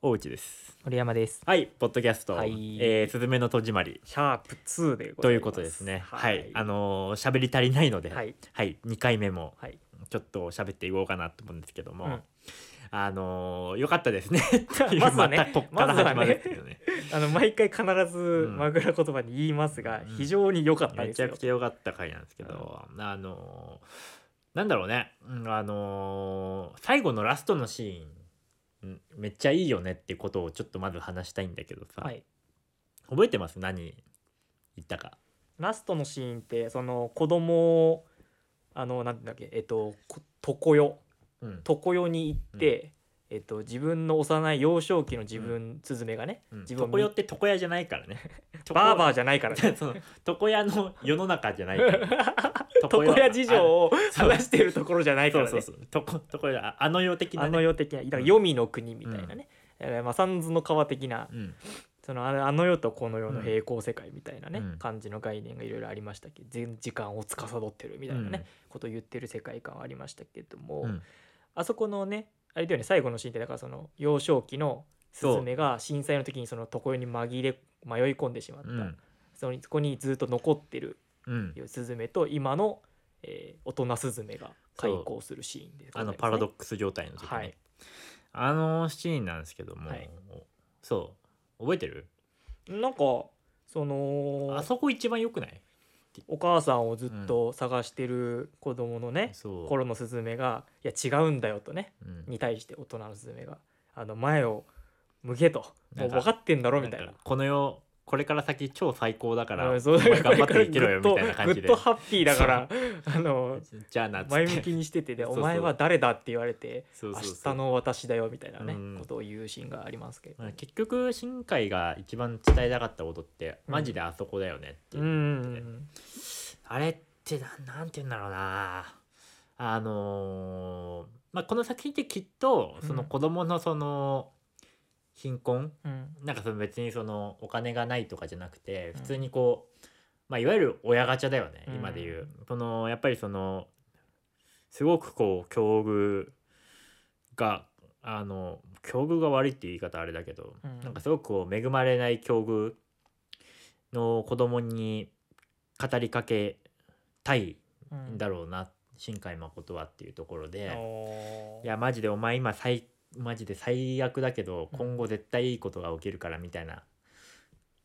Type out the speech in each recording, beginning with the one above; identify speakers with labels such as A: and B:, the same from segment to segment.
A: 大内です
B: 森山です。
A: はいポッドキャスト「
B: はい
A: えー、スズメの戸締まり
B: シャープ2でございます。」
A: ということですねはい、あのー喋り足りないので
B: はい、
A: 2回目も
B: はい。
A: ちょっと喋っていこうかなと思うんですけども、
B: うん
A: あのーよかったですねっていう
B: まずは ね
A: たこっから
B: まずはね
A: 始まるんですけどね
B: あの毎回必ず
A: ん
B: マグラ言葉に言いますが、
A: うん
B: 非常に良か った
A: め
B: です
A: ちゃ
B: よ
A: く。ちゃ良かった回なんですけど、あのーなんだろうね、うんあのー最後のラストのシーンうんめっちゃいいよねってことをちょっとまず話したいんだけどさ、
B: はい。
A: 覚えてます何言ったか
B: ラストのシーンってその子供をあのなんて言うんだっけえっとこ常世
A: うん
B: 常世に行って、えっと自分の幼い幼少期の自分、スズメがね、
A: うん
B: 自分を見
A: 床屋って床屋じゃないから ね
B: バーバー
A: ー
B: じゃないから ね。
A: その床屋の世の中じゃ ないから
B: 床屋事情を
A: そう
B: 話してるところじゃないか
A: そ
B: ら
A: う
B: ね。
A: そうそう床床屋ああの世的な、ね、
B: あの世的な、だから黄泉の国みたいなね。えーまあ、三途の川的な
A: うん
B: そのあのあの世とこの世の平行世界みたいなね、
A: うん
B: 感じの概念がいろいろありましたけど全時間を司ってるみたいなね、
A: うん
B: ことを言ってる世界観はありましたけども、
A: うん
B: あそこのねあれだよね最後のシーンってだからその幼少期のスズメが震災の時にその床屋に紛れ迷い込んでしまった、
A: うん
B: そのそこにずっと残ってる
A: うん
B: スズメと今の、えー、大人スズメが開口するシーンでござ
A: あ
B: います
A: の
B: ね
A: パラドックス状態の時ね、
B: はい
A: あのシーンなんですけども、
B: はい
A: そう覚えてる
B: なんかその
A: あそこ一番良くない
B: お母さんをずっと探してる子供のね、
A: そう
B: 頃のスズメが「いや違うんだよ」とね
A: うん
B: に対して大人のスズメが「あの前を向け」と「
A: なん
B: もう
A: か
B: 分かってんだろ」みたい
A: ん
B: な
A: か。この世これから先超最高だから、
B: うんそう
A: お前頑張っていけろよ
B: こ
A: み
B: れ
A: た
B: から
A: いな感じ
B: グッ
A: で
B: ドハッピーだからあの
A: じゃあなっつって
B: 前向きにしててで
A: そ
B: 「
A: う
B: お
A: そう
B: 前は誰だ?」って言われて「
A: そう
B: 明
A: そうそう
B: 日の私だよ」みたいなね、
A: うん
B: ことを言うシーンがありますけれど
A: まあ
B: も、
A: 結局新海が一番伝えたかったことって、
B: うん
A: マジであそこだよねっていうう、
B: ん
A: あれってななんて言うんだろうなあのーまあこの作品ってきっとその
B: うん
A: 子供のその貧困、
B: うん
A: なんかその別にそのお金がないとかじゃなくて
B: うん
A: 普通にこう、まあいわゆる親ガチャだよね
B: うん
A: 今でいう、そのやっぱりそのすごくこう境遇があの境遇が悪いっていう言い方あれだけど、
B: うん
A: なんかすごくこう恵まれない境遇の子供に語りかけたい
B: うん
A: んだろうな、新海誠はっていうところで。
B: おー
A: いやマジでお前今最マジで最悪だけど
B: うん
A: 今後絶対いいことが起きるからみたいな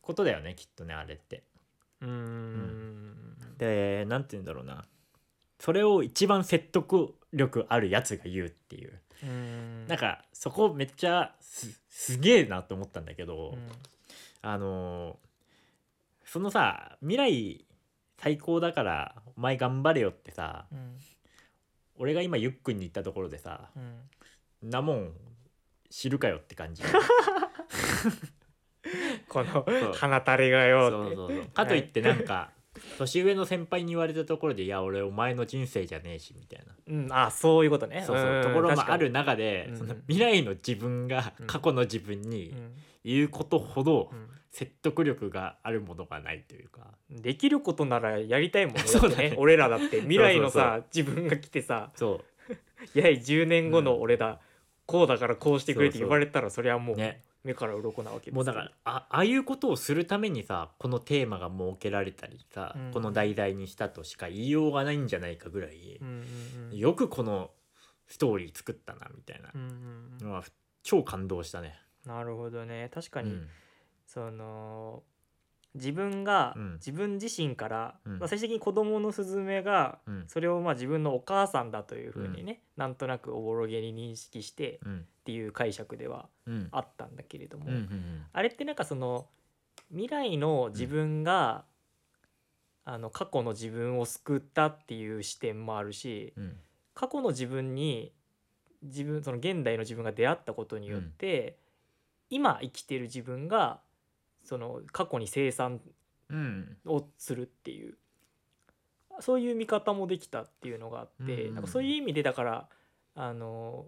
A: ことだよねきっとねあれって。
B: うーん
A: で何て言うんだろうなそれを一番説得力あるやつが言うっていう
B: うん
A: なんかそこめっちゃすすげえなと思ったんだけど、
B: うん
A: あのーそのさ未来最高だからお前頑張れよってさ
B: うん
A: 俺が今ゆっくんに言ったところでさ
B: うん
A: んなもん知るかよって感じ。
B: この
A: そう
B: 「放たれがよ」って
A: そうそうそうかといってなんか、年上の先輩に言われたところで「いや俺お前の人生じゃねえし」みたいな、
B: うん、あそういうことね。
A: そうそうんところもある、
B: 確
A: 中で、
B: うん
A: その未来の自分が
B: うん
A: 過去の自分
B: か
A: に
B: に
A: 言うことほど
B: うん
A: 説得力があるものがないというか
B: うんできることならやりたいもんね
A: そうだね
B: だってね俺らだって未来の
A: そうそう
B: さ自分が来てさ
A: そ
B: 「やい10年後の俺だ、こうだからこうしてくれ」って
A: そうそう
B: 言われたらそれはも
A: う
B: う
A: ね
B: 目から鱗なわけです
A: もうだからあああいうことをするためにさこのテーマが設けられたりさ、
B: うん
A: この題材にしたとしか言いようがないんじゃないかぐらい、
B: うんうんうん
A: よくこのストーリー作ったなみたいな
B: うんうんうん
A: のは、超感動したね。
B: なるほどね確かに、
A: うん
B: その自分が、
A: うん
B: 自分自身から、
A: うん
B: まあ、最終的に子供のスズメが、
A: うん
B: それをまあ自分のお母さんだというふうにね、なんとなくおぼろげに認識して
A: うん
B: っていう解釈では
A: うん
B: あったんだけれども、
A: うんうんうん
B: あれってなんかその未来の自分が、あの過去の自分を救ったっていう視点もあるし
A: うん
B: 過去の自分に自分その現代の自分が出会ったことによって、今生きてる自分がその過去に生産
A: うん
B: をするっていうそういう見方もできたっていうのがあって、
A: うんうん
B: なんかそういう意味でだからあの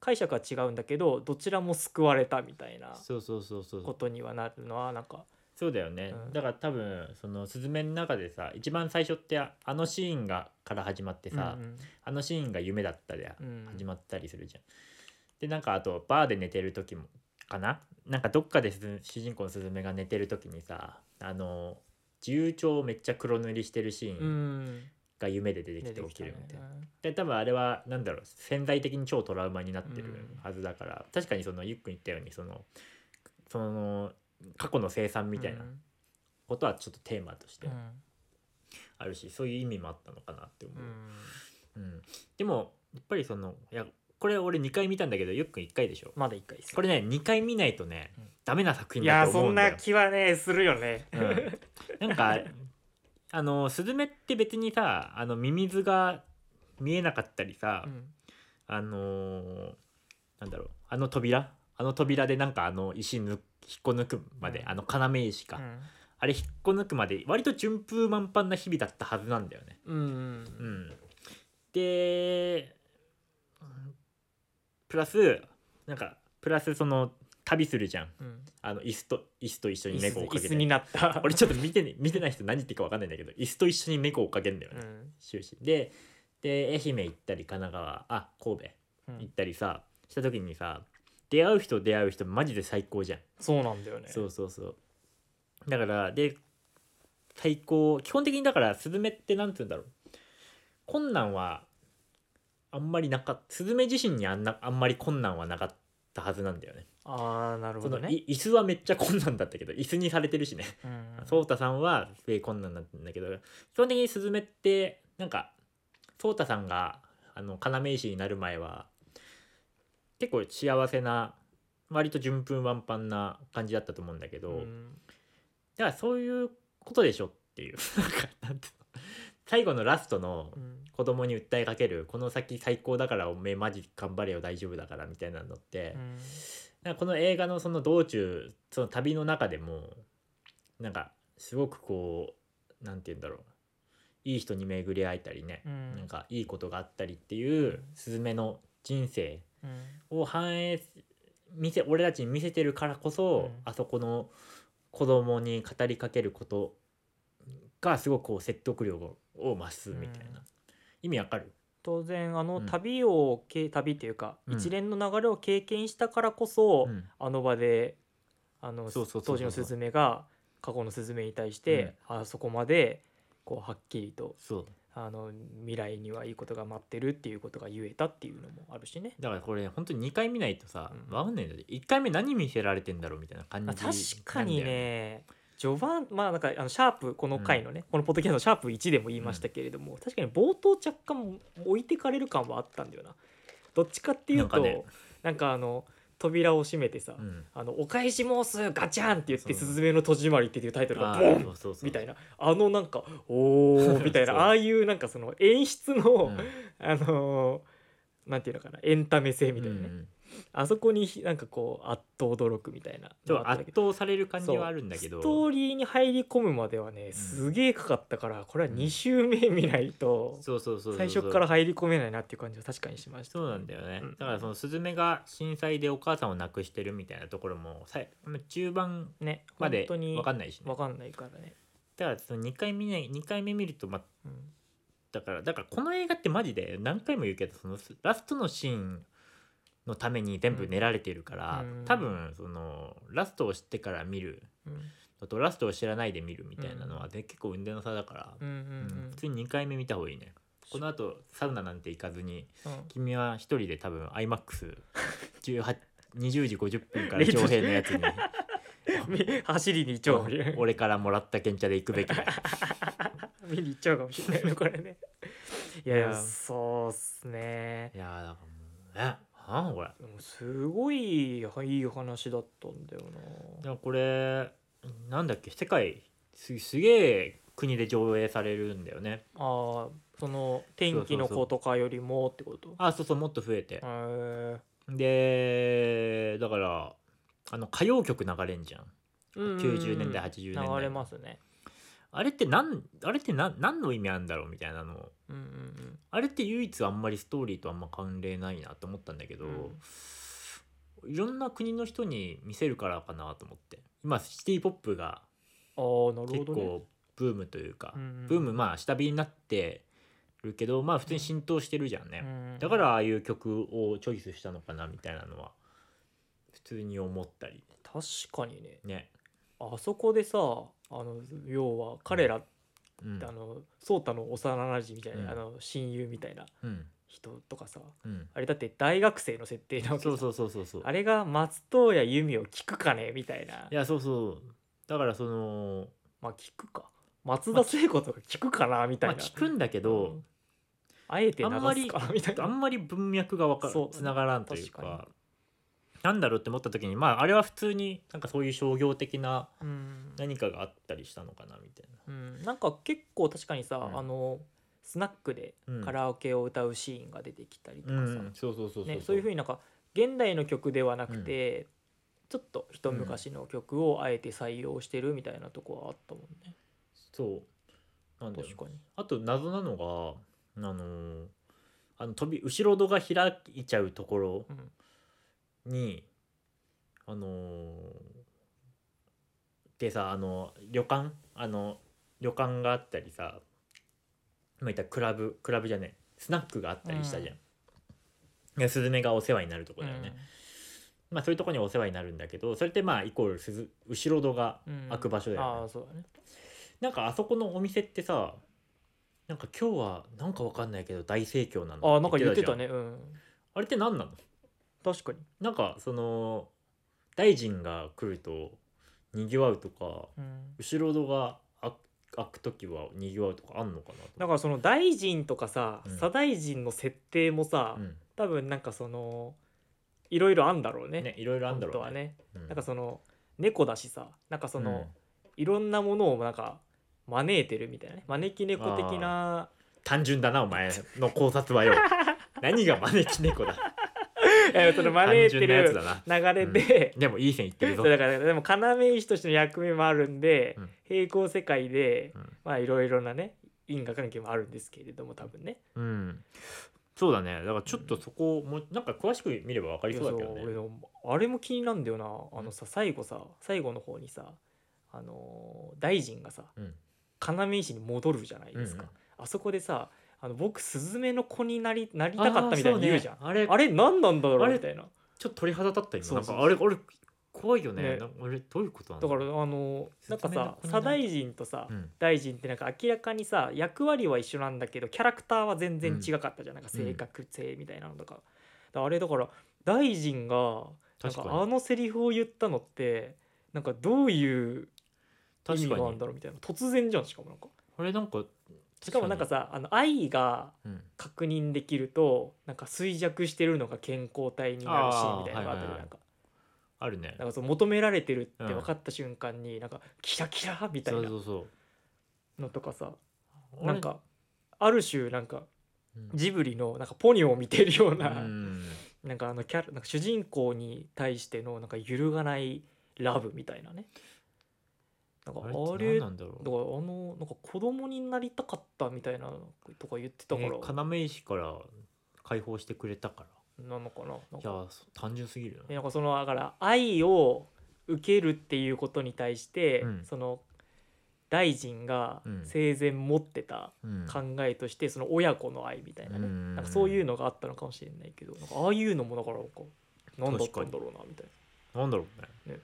B: 解釈は違うんだけどどちらも救われたみたいな
A: そうそうそうそ
B: こ
A: う
B: とにはなるのはなんか
A: そうだよね、
B: うん
A: だから多分その「すずめ」の中でさ一番最初ってああのシーンがから始まってさ、
B: うん
A: あのシーンが夢だったで
B: うん
A: 始まったりするじゃん。でなんかあとバーで寝てる時もかななんかどっかですず主人公のスズメが寝てる時にさあの重調をめっちゃ黒塗りしてるシ
B: う
A: ーン
B: ん
A: が夢で出てきて
B: 出
A: 起
B: て
A: き
B: きた
A: る
B: ね
A: みたいな、で多分あれはなんだろう潜在的に超トラウマになってるはずだから、確かにそのゆっくん言ったようにそのその過去の生産みたいな
B: うん
A: ことはちょっとテーマとして
B: うん
A: あるし、そういう意味もあったのかなって思う、
B: うん
A: うんでもやっぱりそのいやこれ俺2回見たんだけどゆっくん1回でしょ
B: まだ一回です
A: これね2回見ないとね、
B: うん
A: ダメな作
B: い
A: 品だ
B: や
A: と思
B: そ
A: うん
B: ん
A: だ
B: な
A: よ
B: 気はねするよね
A: うんなんかあのスズメって別にさあのミミズが見えなかったりさ、
B: うん
A: あのーなんだろうあの扉あの扉でなんかあの石ぬ引っこ抜くまで、
B: うん
A: あの要石か、
B: うん
A: あれ引っこ抜くまで割と順風満帆な日々だったはずなんだよね。
B: うん
A: う
B: うん
A: ん、でうんプラスなんかプラスその旅するじゃん
B: うん
A: あの椅子と椅子と一緒に
B: 椅
A: 猫を追っ
B: 子
A: か
B: 椅
A: け
B: 子
A: て
B: になった
A: 俺ちょっと見て,、ね、見てない人何言ってるか分かんないんだけど椅子と一緒に猫を追っかけるんだよね、
B: うん
A: 終始でで愛媛行ったり神奈川あ神戸
B: うん
A: 行ったりさした時にさ出会う人出会う人マジで最高じゃん、
B: そうなんだよね
A: そうそうそうだからで最高基本的にだからスズメってなんて言うんだろう困難はあんまりなかったスズメ自身にあんなあんまり困難はなかったはずなんだよね
B: ああなる
A: そ
B: ほど
A: の
B: ね
A: い椅子はめっちゃ困難だったけど椅子にされてるしね
B: うん
A: ソータさんはすげえ困難だったんだけど基本的にスズメってなんかソータさんがあの要石になる前は結構幸せな割と順風満帆な感じだったと思うんだけど、
B: うん
A: だからそういうことでしょっていう なんかなんていうの最後のラストの
B: うん
A: 子供に訴えかけるこの先最高だからおめえマジ頑張れよ大丈夫だからみたいなのって、
B: うん
A: なんかこの映画のその道中その旅の中でもなんかすごくこうなんて言うんだろういい人に巡り会えたりね、
B: うん
A: なんかいいことがあったりっていうスズメの人生
B: うん
A: を反映す見せ俺たちに見せてるからこそ、
B: うん
A: あそこの子供に語りかけることがすごくこう説得力を増すみたいな、
B: うん
A: 意味わかる
B: 当然あ
A: う
B: の
A: ん
B: 旅をけ旅っていうか
A: うん
B: 一連の流れを経験したからこそ
A: うん
B: あの場であの
A: そうそうそうそう
B: 当時のスズメが過去のスズメに対してあそこまでこうはっきりと
A: そう
B: あの未来にはいいことが待ってるっていうことが言えたっていうのもあるしね。
A: だからこれ本当に2回見ないとさ、
B: うん
A: わかんないんだよ1回目何見せられてんだろうみたいな感じ
B: ま
A: なんだ
B: あ
A: よ
B: 確かにね序盤まあなんかあのシャープこの回のね、このポッドキャストのシャープ1でも言いましたけれども、確かに冒頭若干置いてかれる感はあったんだよなどっちかっていうと
A: な
B: なんん
A: か
B: か,、
A: ね
B: あの扉を閉めてさ「
A: うん
B: あのお返し申すガチャン!」って言って「
A: そう
B: すずめの戸締まり」っていうタイトルが
A: あ
B: ボ
A: ー
B: ン
A: そうそうそう
B: みたいなあのなんか「おー」みたい
A: そう
B: なああいうなんかその演出 の、
A: うん
B: あのーなんていうのかなエンタメ性みたいなね、
A: うん
B: あそこになんかこうあっと驚くみたいな
A: ちょっと
B: あったんだけ
A: 圧
B: ど
A: 倒される感じはあるんだけど
B: そうストーリーに入り込むまではねすげえかかったから、これは2周目見ないと
A: そうそうそうそう
B: 最初から入り込めないなっていう感じは確かにしました、
A: そうなんだよね、
B: うん
A: だからそのスズメが震災でお母さんを亡くしてるみたいなところもさい中盤
B: ね
A: まで
B: 本当に
A: 分かんないしね
B: わかんないからね、
A: だからその2回見ない二回目見るとまあ
B: うん
A: だからだからこの映画ってマジで何回も言うけどそのスラストのシーンのために全部練られてるから、
B: うん
A: 多分そのラストを知ってから見る
B: うん
A: のとラストを知らないで見るみたいなのは、で結構運命の差だから、
B: うんうん
A: うん普通に2回目見た方がいいねこのあとサウナなんて行かずに
B: うん
A: 君は一人で多分 iMAX20 時50分から
B: レイト
A: 長平のやつ に
B: み走りに行っちゃうかもしれない
A: 俺からもらった検茶で行くべきだよ
B: 見に行っちゃうかもしれないねこれ ねいやい
A: い
B: や
A: や
B: そうっすね
A: いやーだからもうねあこれ
B: でもすごいいい話だったんだよ
A: で
B: な
A: もこれなんだっけ世界すすげえ国で上映されるんだよね
B: あーその天気の子とかよりもってこと
A: あそうそうもっと増えて
B: へ、
A: で
B: ー
A: だからあの歌謡曲流れんじゃん
B: うんうんうん
A: 90年代80年代
B: 流れますね
A: あれってなんあれって何何の意味あんだろうみたいなのを
B: うんうん
A: あれって唯一あんまりストーリーとあんま関連ないなと思ったんだけど、いろんな国の人に見せるからかなと思って今シティ・ポップが
B: うんああな
A: 結
B: るほどね
A: 構ブームというか、
B: うんうん
A: ブームまあ下火になってるけどまあ普通に浸透してるじゃんね、
B: うん
A: だからああいう曲をチョイスしたのかなみたいなのは普通に思ったり
B: 確かにね
A: ね、
B: あそこでさあの要は彼ら、
A: うん
B: あの颯太の幼なじみみたいな、
A: うん
B: あの親友みたいな
A: うん
B: 人とかさ
A: うん、
B: あれだって大学生の設定なわけじ
A: そ
B: ゃん
A: うそうそうそうそう
B: あれが松任谷由実を聞くかねみたいない
A: やそうそうだからその
B: まあ聞くか松田聖子とか聞くかなみたい
A: ま
B: な、
A: あ聞くんだけど、
B: うんあえて流す
A: あんまり
B: かなみたい
A: あ
B: なん
A: まり文脈がわか
B: そう
A: つながらんというか
B: 確か
A: なんだろうって思った時にまああれは普通になんかそういう商業的な
B: うん、
A: 何かがあったりしたのかなみたい
B: うんなんか結構確かにさ、
A: うん
B: あのスナックで
A: うん
B: カラオケを歌うシーンが出てきたりとか
A: な、
B: さ、
A: そうそうそうそう
B: ね、そういうふうになんか現代の曲ではなくて、ちょっと一昔の曲をあえて採用してるみたいなとこはあったもんね、
A: そうなんだよ
B: 確かに
A: あと謎なのがあのーあの飛び後ろ戸が開いちゃうところ
B: うん
A: に、あのーでさあの旅館あの旅館があったりさ今言ったクラブクラブじゃねえスナックがあったりしたじゃん。でスズメがお世話になるとこだよね、まあそういうとこにお世話になるんだけどそれってまあイコールすず後ろ戸が
B: うん
A: 開く場所だよね、
B: ああそうだね
A: なんかあそこのお店ってさなんか今日はなんかわかんないけど大盛況なの
B: ああなんか言って
A: じゃ
B: た
A: ん
B: ねうん
A: あれって何なの
B: 確かに
A: なんかその大臣が来るとにぎわうとか
B: うん
A: 後ろ戸が開く開く時はにぎわうとかあんのかなと
B: だからその大臣とかさ、
A: うん
B: 左大臣の設定もさ、
A: うん
B: 多分なんかそのいろいろあんだろうね
A: ねいろいろあるんだ
B: 本当
A: ろ
B: は
A: うね
B: ね、
A: うん
B: なんかその猫だしさなんかその、いろんなものをなんか招いてるみたいなね招き猫的な
A: 単純だなお前の考察は よ何が招き猫だ
B: えその招
A: 単
B: いて
A: 純なやつ
B: る
A: だな
B: 流れで、
A: でもいい線いってるぞ
B: そうだからでも要石としての役目もあるんで、
A: うん
B: 平行世界で、
A: うん
B: まあいろいろなね因果関係もあるんですけれども多分ね
A: うんそうだねだからちょっとそこをもうなんか詳しく見ればわかりそうだけどね
B: いやそう俺あれも気になるんだよなあのさ最後さ最後の方にさあのー大臣がさ
A: うん
B: 要石に戻るじゃないですか、
A: うん
B: あそこでさあの僕スズメの子になりなりたかったみたいに言うじゃん
A: あーそうねあれ
B: あれ何なんだろ
A: あ
B: う
A: れ
B: みたいな
A: ちょっと鳥肌立った今
B: そうそう
A: なんかあれあれ怖いよね
B: ね
A: なんかあれどういうことな
B: だ
A: の
B: からあのなんか
A: 説明の
B: さ
A: 子にな
B: 左大臣とさ、
A: うん
B: 大臣ってなんか明らかにさ役割は一緒なんだけどキャラクターは全然違かったじゃん、なんか性格性みたいなのとか,、あれだから大臣がなん
A: 確か
B: か
A: に
B: あのセリフを言ったのってなんかどういう意味
A: 確
B: が
A: か
B: あるん
A: に
B: だろうみたいな突然じゃんしかもなんか
A: あれなんか
B: しかもなんかさあの愛が
A: うん
B: 確認できるとなんか衰弱してるのが健康体になるシーンみたいなのがあったじ
A: あーはいはい
B: ゃん
A: はい
B: なんか
A: あるね
B: なんかその求められてるって分かった瞬間に、なんかキラキラみたい
A: そ
B: な
A: うそうそ
B: のとかさ
A: う
B: なんかある種なんか
A: うん
B: ジブリのなんかポニョを見てるよう
A: う
B: な,、
A: ん
B: なんかあのキャラなんか主人公に対してのなんか揺るがないラブみたいなねなんか
A: あ
B: あ
A: れって何
B: れ
A: な
B: だか
A: んだろ
B: らあ
A: う
B: のなんか子供になりたかったみたいなとか言ってたから、
A: ね要石から解放してくれたか
B: なのかななん
A: らい
B: か
A: やそう単純すぎる
B: え
A: な
B: なんかそのだから愛を受けるっていうことに対して、
A: うん
B: その大臣が
A: うん
B: 生前持ってた
A: うん
B: 考えとして、その親子の愛みたいなね、
A: うん
B: なんかそういうのがあったのかもしれないけどなんかああいうのもだからなんか何だったんだろうなみたいな。
A: なんだろうね
B: って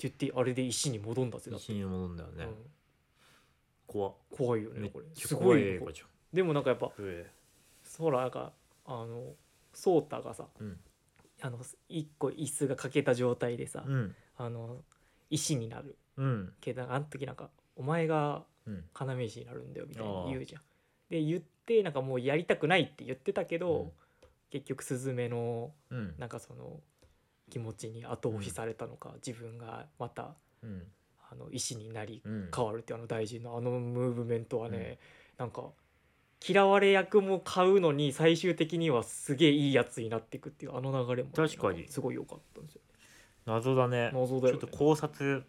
B: 言ってあれで石に戻んだぜだって
A: 一に戻るんだよ
B: う
A: ね
B: ん
A: 怖っ
B: 怖いよ
A: め
B: ね
A: っ
B: これ
A: ちゃ
B: すご
A: 怖い
B: い
A: 映
B: よ
A: 画じゃん
B: でもなんかやっぱ
A: え
B: ほらなんかあのソータがさ、
A: うん
B: あの一個椅子がかけた状態でさ、
A: えうん
B: あの石になる
A: うん
B: けどあの時なんか「お前が
A: うん
B: 要石になるんだよ」みたい
A: あ
B: に
A: あ
B: 言うじゃん。で言ってなんかもうやりたくないって言ってたけど、
A: うん
B: 結局スズメの
A: うん
B: なんかその気持ちに後押しされたのか、自分がまた
A: うん
B: あの石になり
A: うん
B: 変わるっていうあの大臣のあのムーブメントはね、なんか嫌われ役も買うのに最終的にはすげえいいやつになっていくっていうあの流れもね、
A: 確かに
B: なんすごい良かったんですよね。
A: 謎だね
B: 謎だよ
A: ちょ
B: ね
A: っと考察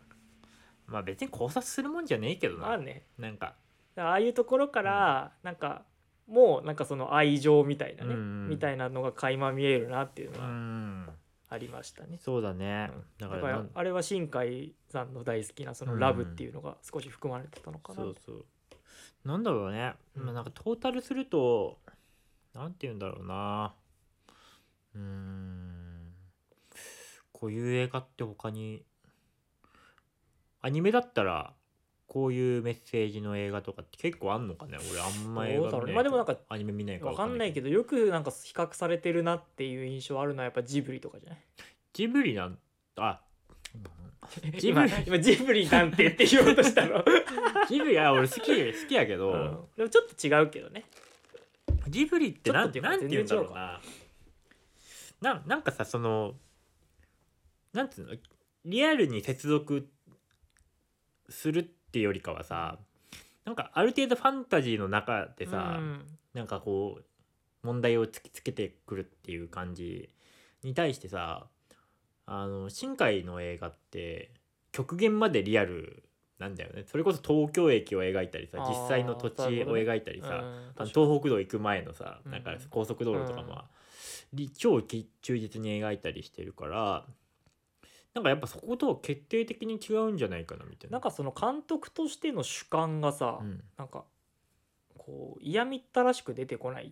A: まあ別に考察するもんじゃねえけど
B: まあ
A: な
B: ね
A: なんか
B: だからああいうところから、なんかもうなんかその愛情みたいなね、
A: うんうん
B: みたいなのが垣間見えるなってい
A: う
B: うのは
A: ん
B: ありましたね。
A: そうだね
B: うん
A: だか
B: だ
A: ら
B: から
A: なん
B: あれは新海さんの大好きなそのラブっていうのが少し含まれてたのかな、
A: そうそうなんだろうね、
B: うん
A: まあなんかトータルするとなんて言うんだろうなうーんこういう映画って他にアニメだったらこういうメッセージの映画とかって結構あんのかね俺あんま映
B: どうだ
A: 画
B: ろう
A: 見
B: ね
A: い
B: まあでもなんか
A: アニメ見ないから
B: わかんないけ
A: ど
B: どよくなんか比較されてるなっていう印象あるのはやっぱジブリとかじゃない
A: ジブリなんあジブ
B: 今
A: リ
B: 今ジブリなんてって言おうとし たの、
A: ジブリあ俺好き好きやけど、
B: うんでもちょっと違うけどね
A: ジブリってな
B: ちょ
A: ん
B: っとでも
A: なんて言うんだろ
B: 全
A: うなななんかさそのなんつうのリアルに接続するってよりかはさなんかある程度ファンタジーの中でさ、
B: うん
A: なんかこう問題を突きつけてくるっていう感じに対してさあの新海の映画って極限までリアルなんだよねそれこそ東京駅を描いたりさ
B: あー
A: 実際の土地を
B: なるほどね
A: 描いたりさ、
B: うん
A: あの東北道行く前のさ
B: うん
A: なんか高速道路とかも、り超き忠実に描いたりしてるからなんかやっぱそことは決定的に違うんじゃないかなみたいな。
B: なんかその監督としての主観がさ、
A: うん
B: なんかこう嫌みったらしく出てこないっ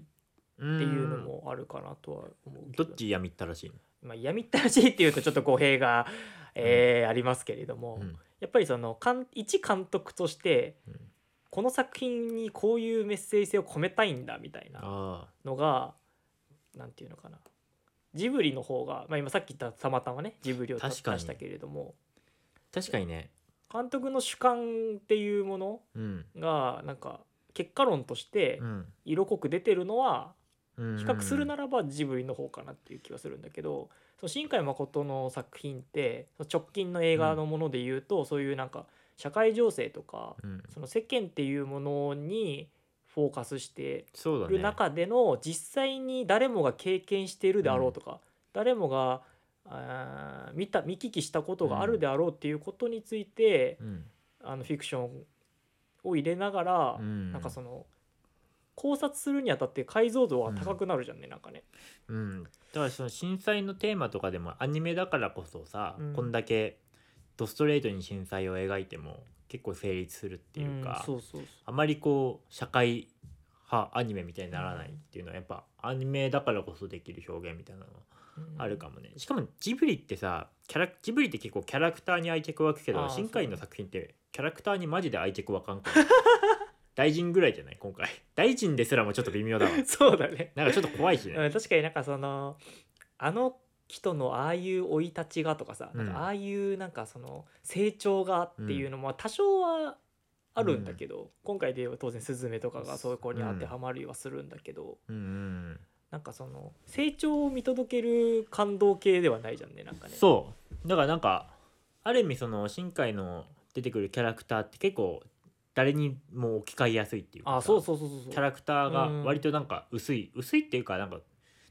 B: ていうの
A: うん
B: もあるかなとは思うけ
A: ど
B: ど
A: っちやみったらしいの、
B: まあ、嫌みったらしいっていうとちょっと語弊 が、えーありますけれども、
A: うん
B: やっぱりその監一監督として
A: うん
B: この作品にこういうメッセージ性を込めたいんだみたいな
A: あ
B: のがなんていうのかなジブリの方が、まあ、今さっき言ったたまたまねジブリを出
A: 確かに
B: したけれども
A: ー確かにね、
B: 監督の主観っていうもの
A: うん
B: がなんか結果論として
A: うん
B: 色濃く出てるのは
A: うん、
B: 比較するならばジブリの方かなっていう気はするんだけどその新海誠の作品ってその直近の映画のもので言うと、そういうなんか社会情勢とか
A: うん、
B: その世間っていうものにフォーカスして
A: そうだね
B: る中での実際に誰もが経験しているであろうとか、誰もがあー見た見聞きしたことがあるであろうっていうことについて、
A: うん
B: あのフィクションを入れながら、
A: うん、
B: なんかその考察するにあたって解像度は高くなるじゃんね、なんかね。
A: うん、だからその震災のテーマとかでもアニメだからこそさ、
B: うん
A: こんだけドストレートに震災を描いても結構成立するっていうか、
B: うんそうそうそう
A: あまりこう社会派アニメみたいにならないっていうのはやっぱアニメだからこそできる表現みたいなのは
B: うん
A: あるかもね、しかもジブリってさキャラジブリって結構キャラクターに愛着湧くけ
B: あ
A: ど
B: ー
A: 新海の作品ってキャラクターにマジで愛着湧かんから 大臣ぐらいじゃない今回大臣ですらもちょっと微妙 だわ
B: そうだね、
A: なんかちょっと怖いしね
B: うん、確かになんかそのあの人のああいう生い立ちがとかさ、
A: うん
B: なんかああいうなんかその成長がっていうのも多少はあるんだけど、今回で言えば当然スズメとかがそういう子に当てはまりはするんだけど、
A: うんうん
B: なんかその成長を見届ける感動系ではないじゃんねなんかね。
A: そうだからなんかある意味その新海の出てくるキャラクターって結構誰にも置き換えやすいっていうかさ
B: あそうそうそうそうそう
A: キャラクターが
B: うん
A: 割となんか薄い、薄いっていうかなんか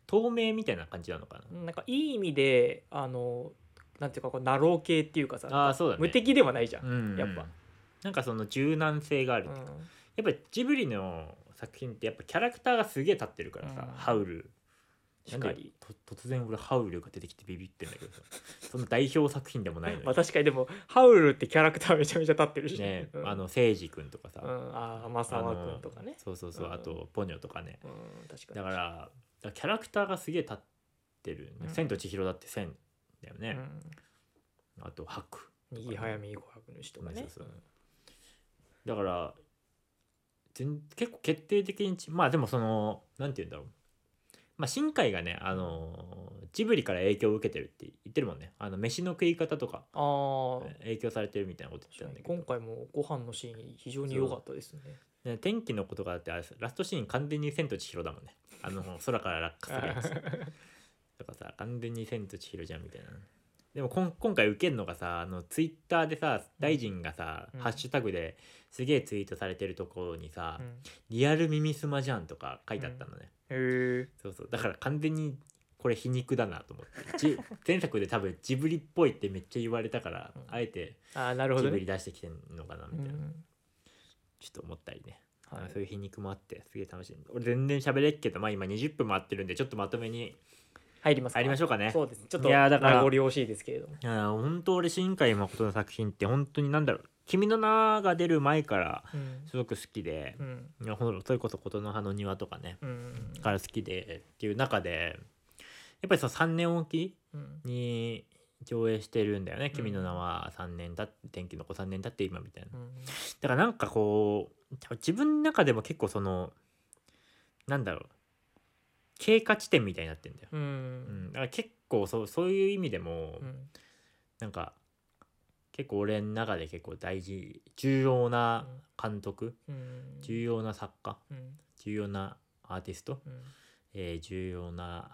A: 透明みたいな感じなのか
B: うんなんかいい意味であのなんていうかこうナロー系っていうかさ、
A: なあーそうだね
B: 無敵ではないじゃん、
A: うん
B: やっぱ
A: なんかその柔軟性がある、
B: うん
A: やっぱジブリの作品ってやっぱキャラクターがすげえ立ってるからさ、
B: うん
A: ハウル
B: しかり
A: なんでと突然俺ハウルが出てきてビビってんだけどさその代表作品でもないの に
B: まあ、確かにでもハウルってキャラクターめちゃめちゃ立ってるし
A: ね、
B: うん、
A: あの誠司君とかさ、
B: うん、ああ天沢君とかね、
A: そうそうそう、
B: うん
A: あとポニョとかね
B: うん、確かに
A: だからだからキャラクターがすげえ立ってる、
B: うん
A: 千と千尋だって千だよね、あと白
B: うん、にぎはやみ琥珀主とかね
A: そうそうだから全結構決定的にちまあでもそのなんて言うんだろうまあ新海がねあのージブリから影響を受けてるって言ってるもんねあの飯の食い方とか
B: ああ
A: 影響されてるみたいなこと言ってたんだけど
B: 今回もご飯のシーン非常に良かったですね
A: ね、天気のことがあってあれラストシーン完全に「千と千尋」だもんねあの空から落下するやつ とかさ完全に「千と千尋」じゃんみたいなでもこん今回受けるのがさあのツイッターでさ大臣がさ、
B: うん
A: ハッシュタグですげえツイートされてるところにさ「
B: うん
A: リアル耳すまじゃん」とか書いてあったのね、
B: へ
A: そうそうだから完全にこれ皮肉だなと思って じ前作で多分ジブリっぽいってめっちゃ言われたから、
B: うん
A: あえて
B: えああなるほ
A: ジ
B: ど
A: ブリ
B: ね、
A: 出してきてんのかなみたいな、
B: うん
A: ちょっと思ったりね
B: はい
A: あそういう皮肉もあってすげえ楽しい俺全然喋れっけどまあ今20分もあってるんでちょっとまとめに
B: 入りますか
A: 入りましょうかね
B: そうですちょっと
A: いやーだから
B: 名残惜しいですけれども
A: いや本当俺新海誠の作品って本当に何だろう「君の名」が出る前から
B: うん
A: すごく好きで
B: う、ん
A: いやほんとそれこそ「琴の葉の庭」とかね
B: うん
A: から好きでっていう中でやっぱりその3年おき
B: うん
A: に上映してるんだよね「君の名は3年たって天気の子3年経って今」みたいな
B: う。ん
A: だからなんかこう自分の中でも結構そのなんだろう経過地点みたいになってんだよ。
B: う
A: うんん、だから結構そうそういう意味でも、
B: うん
A: なんか結構俺の中で結構大事重要な監督、
B: うん
A: 重要な作家
B: うん
A: 重要なアーティスト、
B: うん
A: えー重要な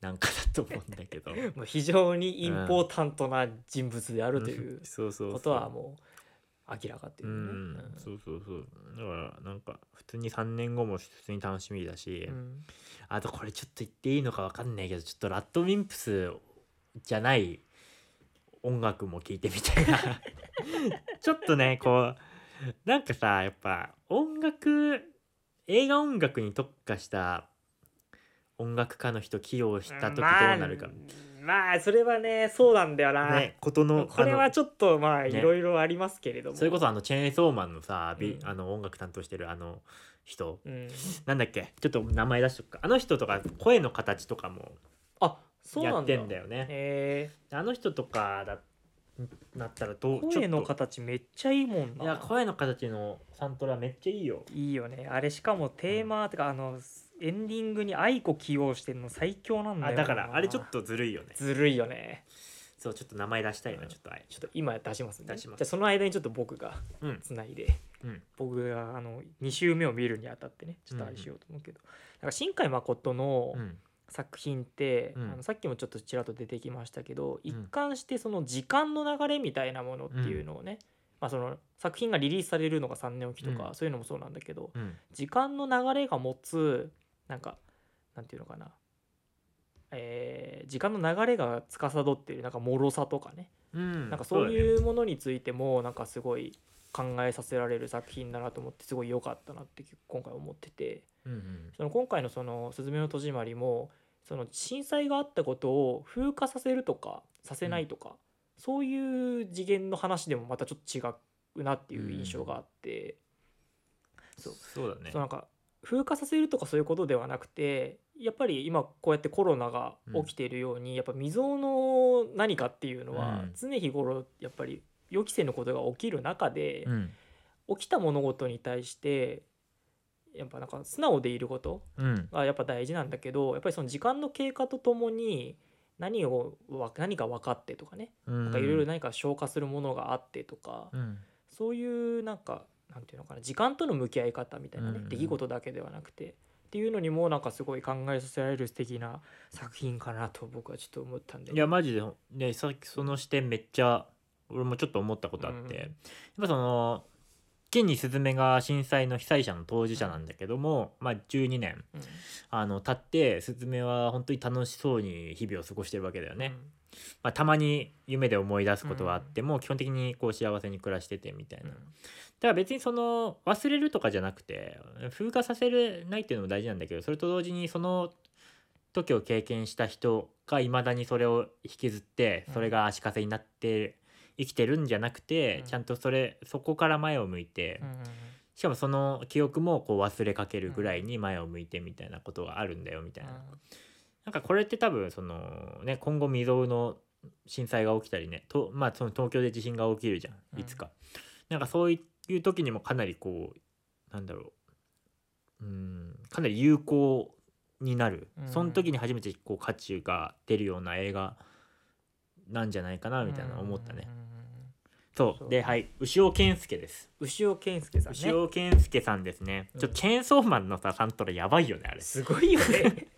A: なんかだと思うんだけ ど
B: もう非常にインポータントな人物であるという
A: うんそうそうそう
B: ことはもう明らかっていううね
A: ん、そうそうそうだからなんか普通に3年後も普通に楽しみだし、
B: うん
A: あとこれちょっと言っていいのかわかんないけどちょっとラッドウィンプスじゃない音楽も聴いてみたいな ちょっとねこうなんかさやっぱ音楽映画音楽に特化した音楽家の人起用した時どうなるか、
B: まあ、まあそれはねそうなんだよな、
A: ねことの
B: これ
A: あ
B: は
A: の
B: ちょっとまあ
A: ね
B: いろいろありますけれども、
A: それこそあのチェーンソーマンのさ、び
B: うん
A: あの音楽担当してるあの人
B: うん、
A: なんだっけちょっと名前出しとくかあの人とか声の形とかも
B: あそう
A: や
B: な
A: っ
B: んだ
A: てんだよね。
B: え
A: あの人とかだなったらどう
B: ー、声の
A: ちょっ
B: 形めっちゃいいもん
A: と
B: ない
A: や声の形のサントラめっちゃいいよ
B: いいよねあれしかもテーマてかあのエンディングに愛子起用してんの最強なんだ
A: あ
B: よ
A: だ
B: な
A: からあれちょっとずるいよね
B: ずるいよね
A: そうちょっと名前出したいな、
B: うん
A: ちょっとあれ
B: ちょっと今出しますね
A: 出します
B: じゃあその間にちょっと僕が
A: うん
B: つないで
A: うん
B: 僕があの2週目を見るにあたってねちょっとあれしようと思うけど、なんか新海誠の
A: うん
B: 作品って、
A: うん
B: あのさっきもちょっとちらっと出てきましたけど、
A: ん
B: 一貫してその時間の流れみたいなものっていうのをね、まあ、その作品がリリースされるのが3年おきとか、
A: うん
B: そういうのもそうなんだけど
A: うん
B: 時間の流れが持つなんかなんていうのかな、えー時間の流れが司っているなんか脆さとかね、
A: うん
B: なんかそう
A: う
B: いうものについてもなんかすごい考えさせられる作品だなと思ってすごい良かったなって今回思ってて。
A: だねうん
B: その今回の「そのすずめの戸締まりも」その震災があったことを風化させるとかさせないとか、そういう次元の話でもまたちょっと違うなっていう印象があって、そう
A: そうだね
B: そうなんか風化させるとかそういうことではなくてやっぱり今こうやってコロナが起きているように、やっぱ未曾有の何かっていうのは
A: うん
B: 常日頃やっぱり予期せぬことが起きる中で、
A: うん
B: 起きた物事に対してやっぱなんか素直でいること
A: うん
B: がやっぱ大事なんだけどやっぱりその時間の経過とともに何をわ何か分かってとかね
A: うん
B: なんかいろいろ何か消化するものがあってとか、
A: うん
B: そういうなんかなんていうのかな時間との向き合い方みたいなね、
A: うん
B: 出来事だけではなくてっていうのにもなんかすごい考えさせられる素敵な作品かなと僕はちょっと思ったんで
A: いやマジでねさっきその視点めっちゃ俺もちょっと思ったことあって、
B: うん
A: やっぱその金にスズメが震災の被災者の当事者なんだけども、まあ12年
B: うん
A: あの経ってスズメは本当に楽しそうに日々を過ごしてるわけだよね、
B: うん
A: まあ、たまに夢で思い出すことはあっても、基本的にこう幸せに暮らしててみたいな、だから別にその忘れるとかじゃなくて風化させるないっていうのも大事なんだけどそれと同時にその時を経験した人がいまだにそれを引きずって
B: うん
A: それが足かせになって生きてるんじゃなくて、
B: うん
A: ちゃんとそれそこから前を向いて、
B: うんうん
A: しかもその記憶もこう忘れかけるぐらいに前を向いてみたいなことがあるんだよみたいな、なんかこれって多分そのね今後未曾有の震災が起きたりねとまあその東京で地震が起きるじゃ
B: うんん
A: いつか、なんかそういう時にもかなりこうなんだろううんかなり有効になる、
B: うん
A: その時に初めてこう価値が出るような映画なんじゃないかなみたいな思ったね、。
B: うんうんうん
A: そう
B: そう
A: ではい牛尾健介です
B: 牛尾健介さんね。
A: 牛尾健介さんですね、ちょ
B: うん
A: チェーンソーマンのさサントラやばいよねあれ
B: すごいよね。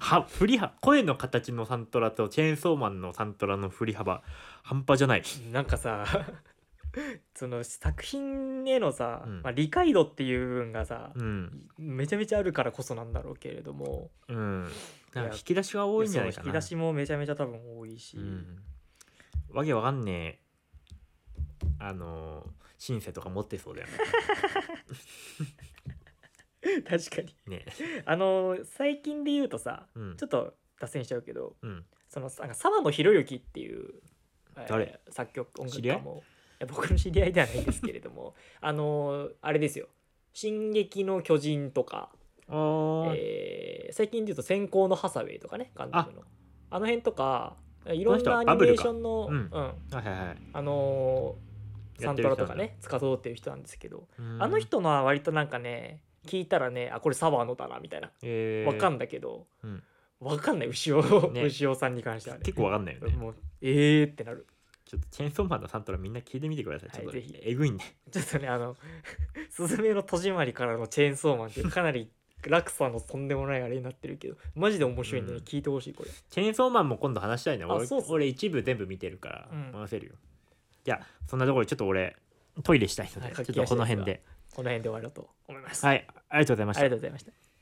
A: は振り幅声の形のサントラとチェーンソーマンのサントラの振り幅半端じゃない
B: なんかさその作品へのさ、
A: うん
B: まあ、理解度っていう部分がさ、
A: うん
B: めちゃめちゃあるからこそなんだろうけれども
A: うん
B: いや
A: なんか引き出しが多いんじゃない
B: そ
A: か
B: う
A: な
B: 引き出しもめちゃめちゃ多分多いし、
A: うん、わけわかんねえあのーシンセとか持ってそう だよね
B: 確かに
A: ね
B: あの最近で言うとさ
A: うん
B: ちょっと脱線しちゃうけど
A: うん
B: そのなんか沢野博之っていう、えー
A: 誰
B: 作曲音楽
A: 知り合
B: 家
A: い
B: もいや僕の知り合いではないですけれども あのあれですよ「進撃の巨人」とか
A: あー、
B: えー最近で言うと「先行のハサウェイ」とかねガンダムのあの辺とかいろんなアニメーションの、
A: この人はバブルか
B: う
A: はいはい
B: ん
A: はい
B: あのーサ
A: やっ
B: ン
A: て
B: ト
A: る人
B: ラ
A: な
B: とか
A: んだ
B: ね司ってる人なんですけど、
A: うん
B: あの人のは割となんかね聞いたらねあこれ沢野だなみたいな
A: えー
B: わかんだけど、
A: うん
B: わかんない牛尾、
A: ね
B: 牛尾さんに関してはね
A: 結構わかんないよね
B: もうえーってなる
A: ちょっとチェーンソーマンのサントラみんな聞いてみてください
B: はい
A: ちょっと
B: ぜひ
A: えぐいんで
B: ちょっとねあの 「すずめの戸締まり」からの「チェーンソーマン」っていうかなり落差のとんでもないあれになってるけどマジで面白いんで、ね
A: うん
B: 聞いてほしいこれ
A: チェーンソーマンも今度話したいね
B: あ
A: 俺
B: そうっす
A: 俺一部全部見てるから
B: うん
A: 話せるよ、じゃあそんなところでちょっと俺トイレしたいので、
B: はい
A: ちょっとこの辺で
B: この辺で終わろうと思います、
A: はいありがとうございました
B: ありがとうございました